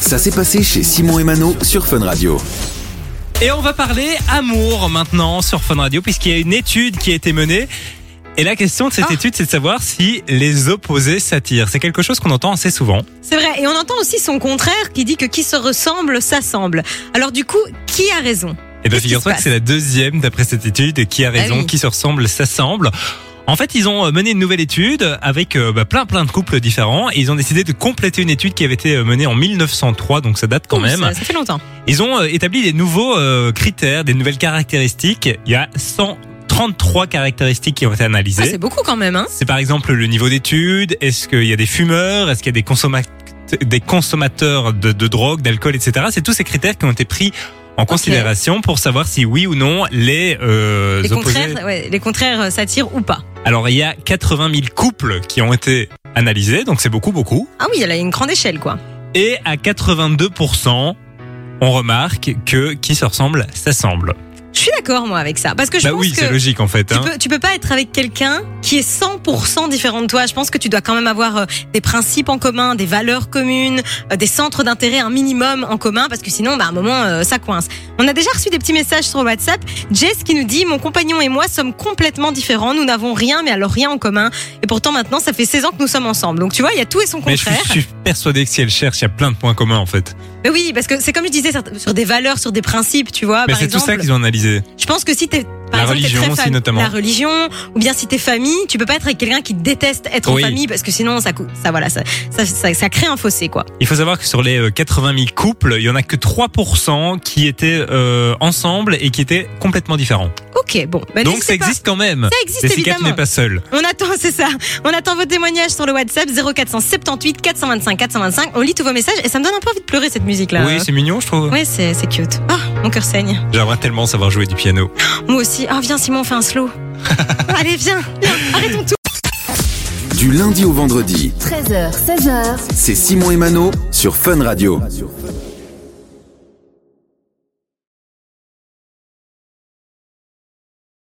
Ça s'est passé chez Simon et Mano sur Fun Radio. Et on va parler amour maintenant sur Fun Radio, puisqu'il y a une étude qui a été menée. Et la question de cette Ah. étude, c'est de savoir si les opposés s'attirent. C'est quelque chose qu'on entend assez souvent. C'est vrai, et on entend aussi son contraire qui dit que qui se ressemble s'assemble. Alors du coup, qui a raison Et bien, Qu'est-ce qui figure-toi se que passe Bah c'est la deuxième d'après cette étude qui a raison, oui. qui se ressemble, s'assemble. En fait, ils ont euh, mené une nouvelle étude avec euh, bah, plein plein de couples différents et ils ont décidé de compléter une étude qui avait été euh, menée en 1903, donc ça date quand Ouh, même. Ça, ça fait longtemps. Ils ont euh, établi des nouveaux euh, critères, des nouvelles caractéristiques. Il y a 133 caractéristiques qui ont été Ah, analysées. c'est beaucoup quand même, hein C'est par exemple le niveau d'études, est-ce qu'il y a des fumeurs, est-ce qu'il y a des, consommat- des consommateurs de, de drogue, d'alcool, etc. C'est tous ces critères qui ont été pris en considération pour savoir si oui ou non les, euh, Les opposés- contraires, ouais, les contraires euh, s'attirent ou pas. Alors il y a 80 000 couples qui ont été analysés, donc c'est beaucoup beaucoup. Ah oui, elle a une grande échelle, quoi. Et à 82%, on remarque que qui se ressemble s'assemble. Je suis d'accord, moi, avec ça. Parce que je Bah pense oui, c'est que logique en fait. tu hein. peux, tu peux pas être avec quelqu'un qui est 100% différent de toi. Je pense que tu dois quand même avoir euh, des principes en commun, des valeurs communes, euh, des centres d'intérêt un minimum en commun, parce que sinon, bah, à un moment, euh, ça coince. On a déjà reçu des petits messages sur WhatsApp. Jess qui nous dit, mon compagnon et moi sommes complètement différents. Nous n'avons rien, mais alors rien en commun. Et pourtant, maintenant, ça fait 16 ans que nous sommes ensemble. Donc, tu vois, il y a tout et son Mais je suis, contraire. je suis persuadé que si elle cherche, il y a plein de points communs en fait. Mais oui, parce que c'est comme je disais, sur- sur des valeurs, sur des principes, tu vois. Mais par c'est tout Ah bah, ça exemple, qu'ils ont analysé. Je pense que si t'es La par exemple, religion t'es très aussi, fam- notamment. La religion, ou bien si t'es famille, tu peux pas être avec quelqu'un qui déteste être Oui. en famille parce que sinon ça, cou- ça voilà, ça, ça, ça, ça crée un fossé quoi. Il faut savoir que sur les euh, 80 000 couples, il y en a que 3% qui étaient euh, ensemble et qui étaient complètement différents. Ok, bon, bah, Donc n'hésitez ça pas. existe quand même. Ça existe Jessica, tu évidemment. n'es pas seule. On attend, c'est ça. On attend vos témoignages sur le WhatsApp 0478 425 425. On lit tous vos messages et ça me donne un peu envie de pleurer cette musique là. Oui, c'est mignon, je trouve. Ouais, c'est c'est cute. Ah, mon cœur saigne. J'aimerais tellement savoir jouer du piano. Moi aussi. Ah, viens Simon, on fait un slow. Allez, viens, viens, arrêtons tout. Du lundi au vendredi, 13h, 16h, c'est Simon et Mano sur Fun Radio.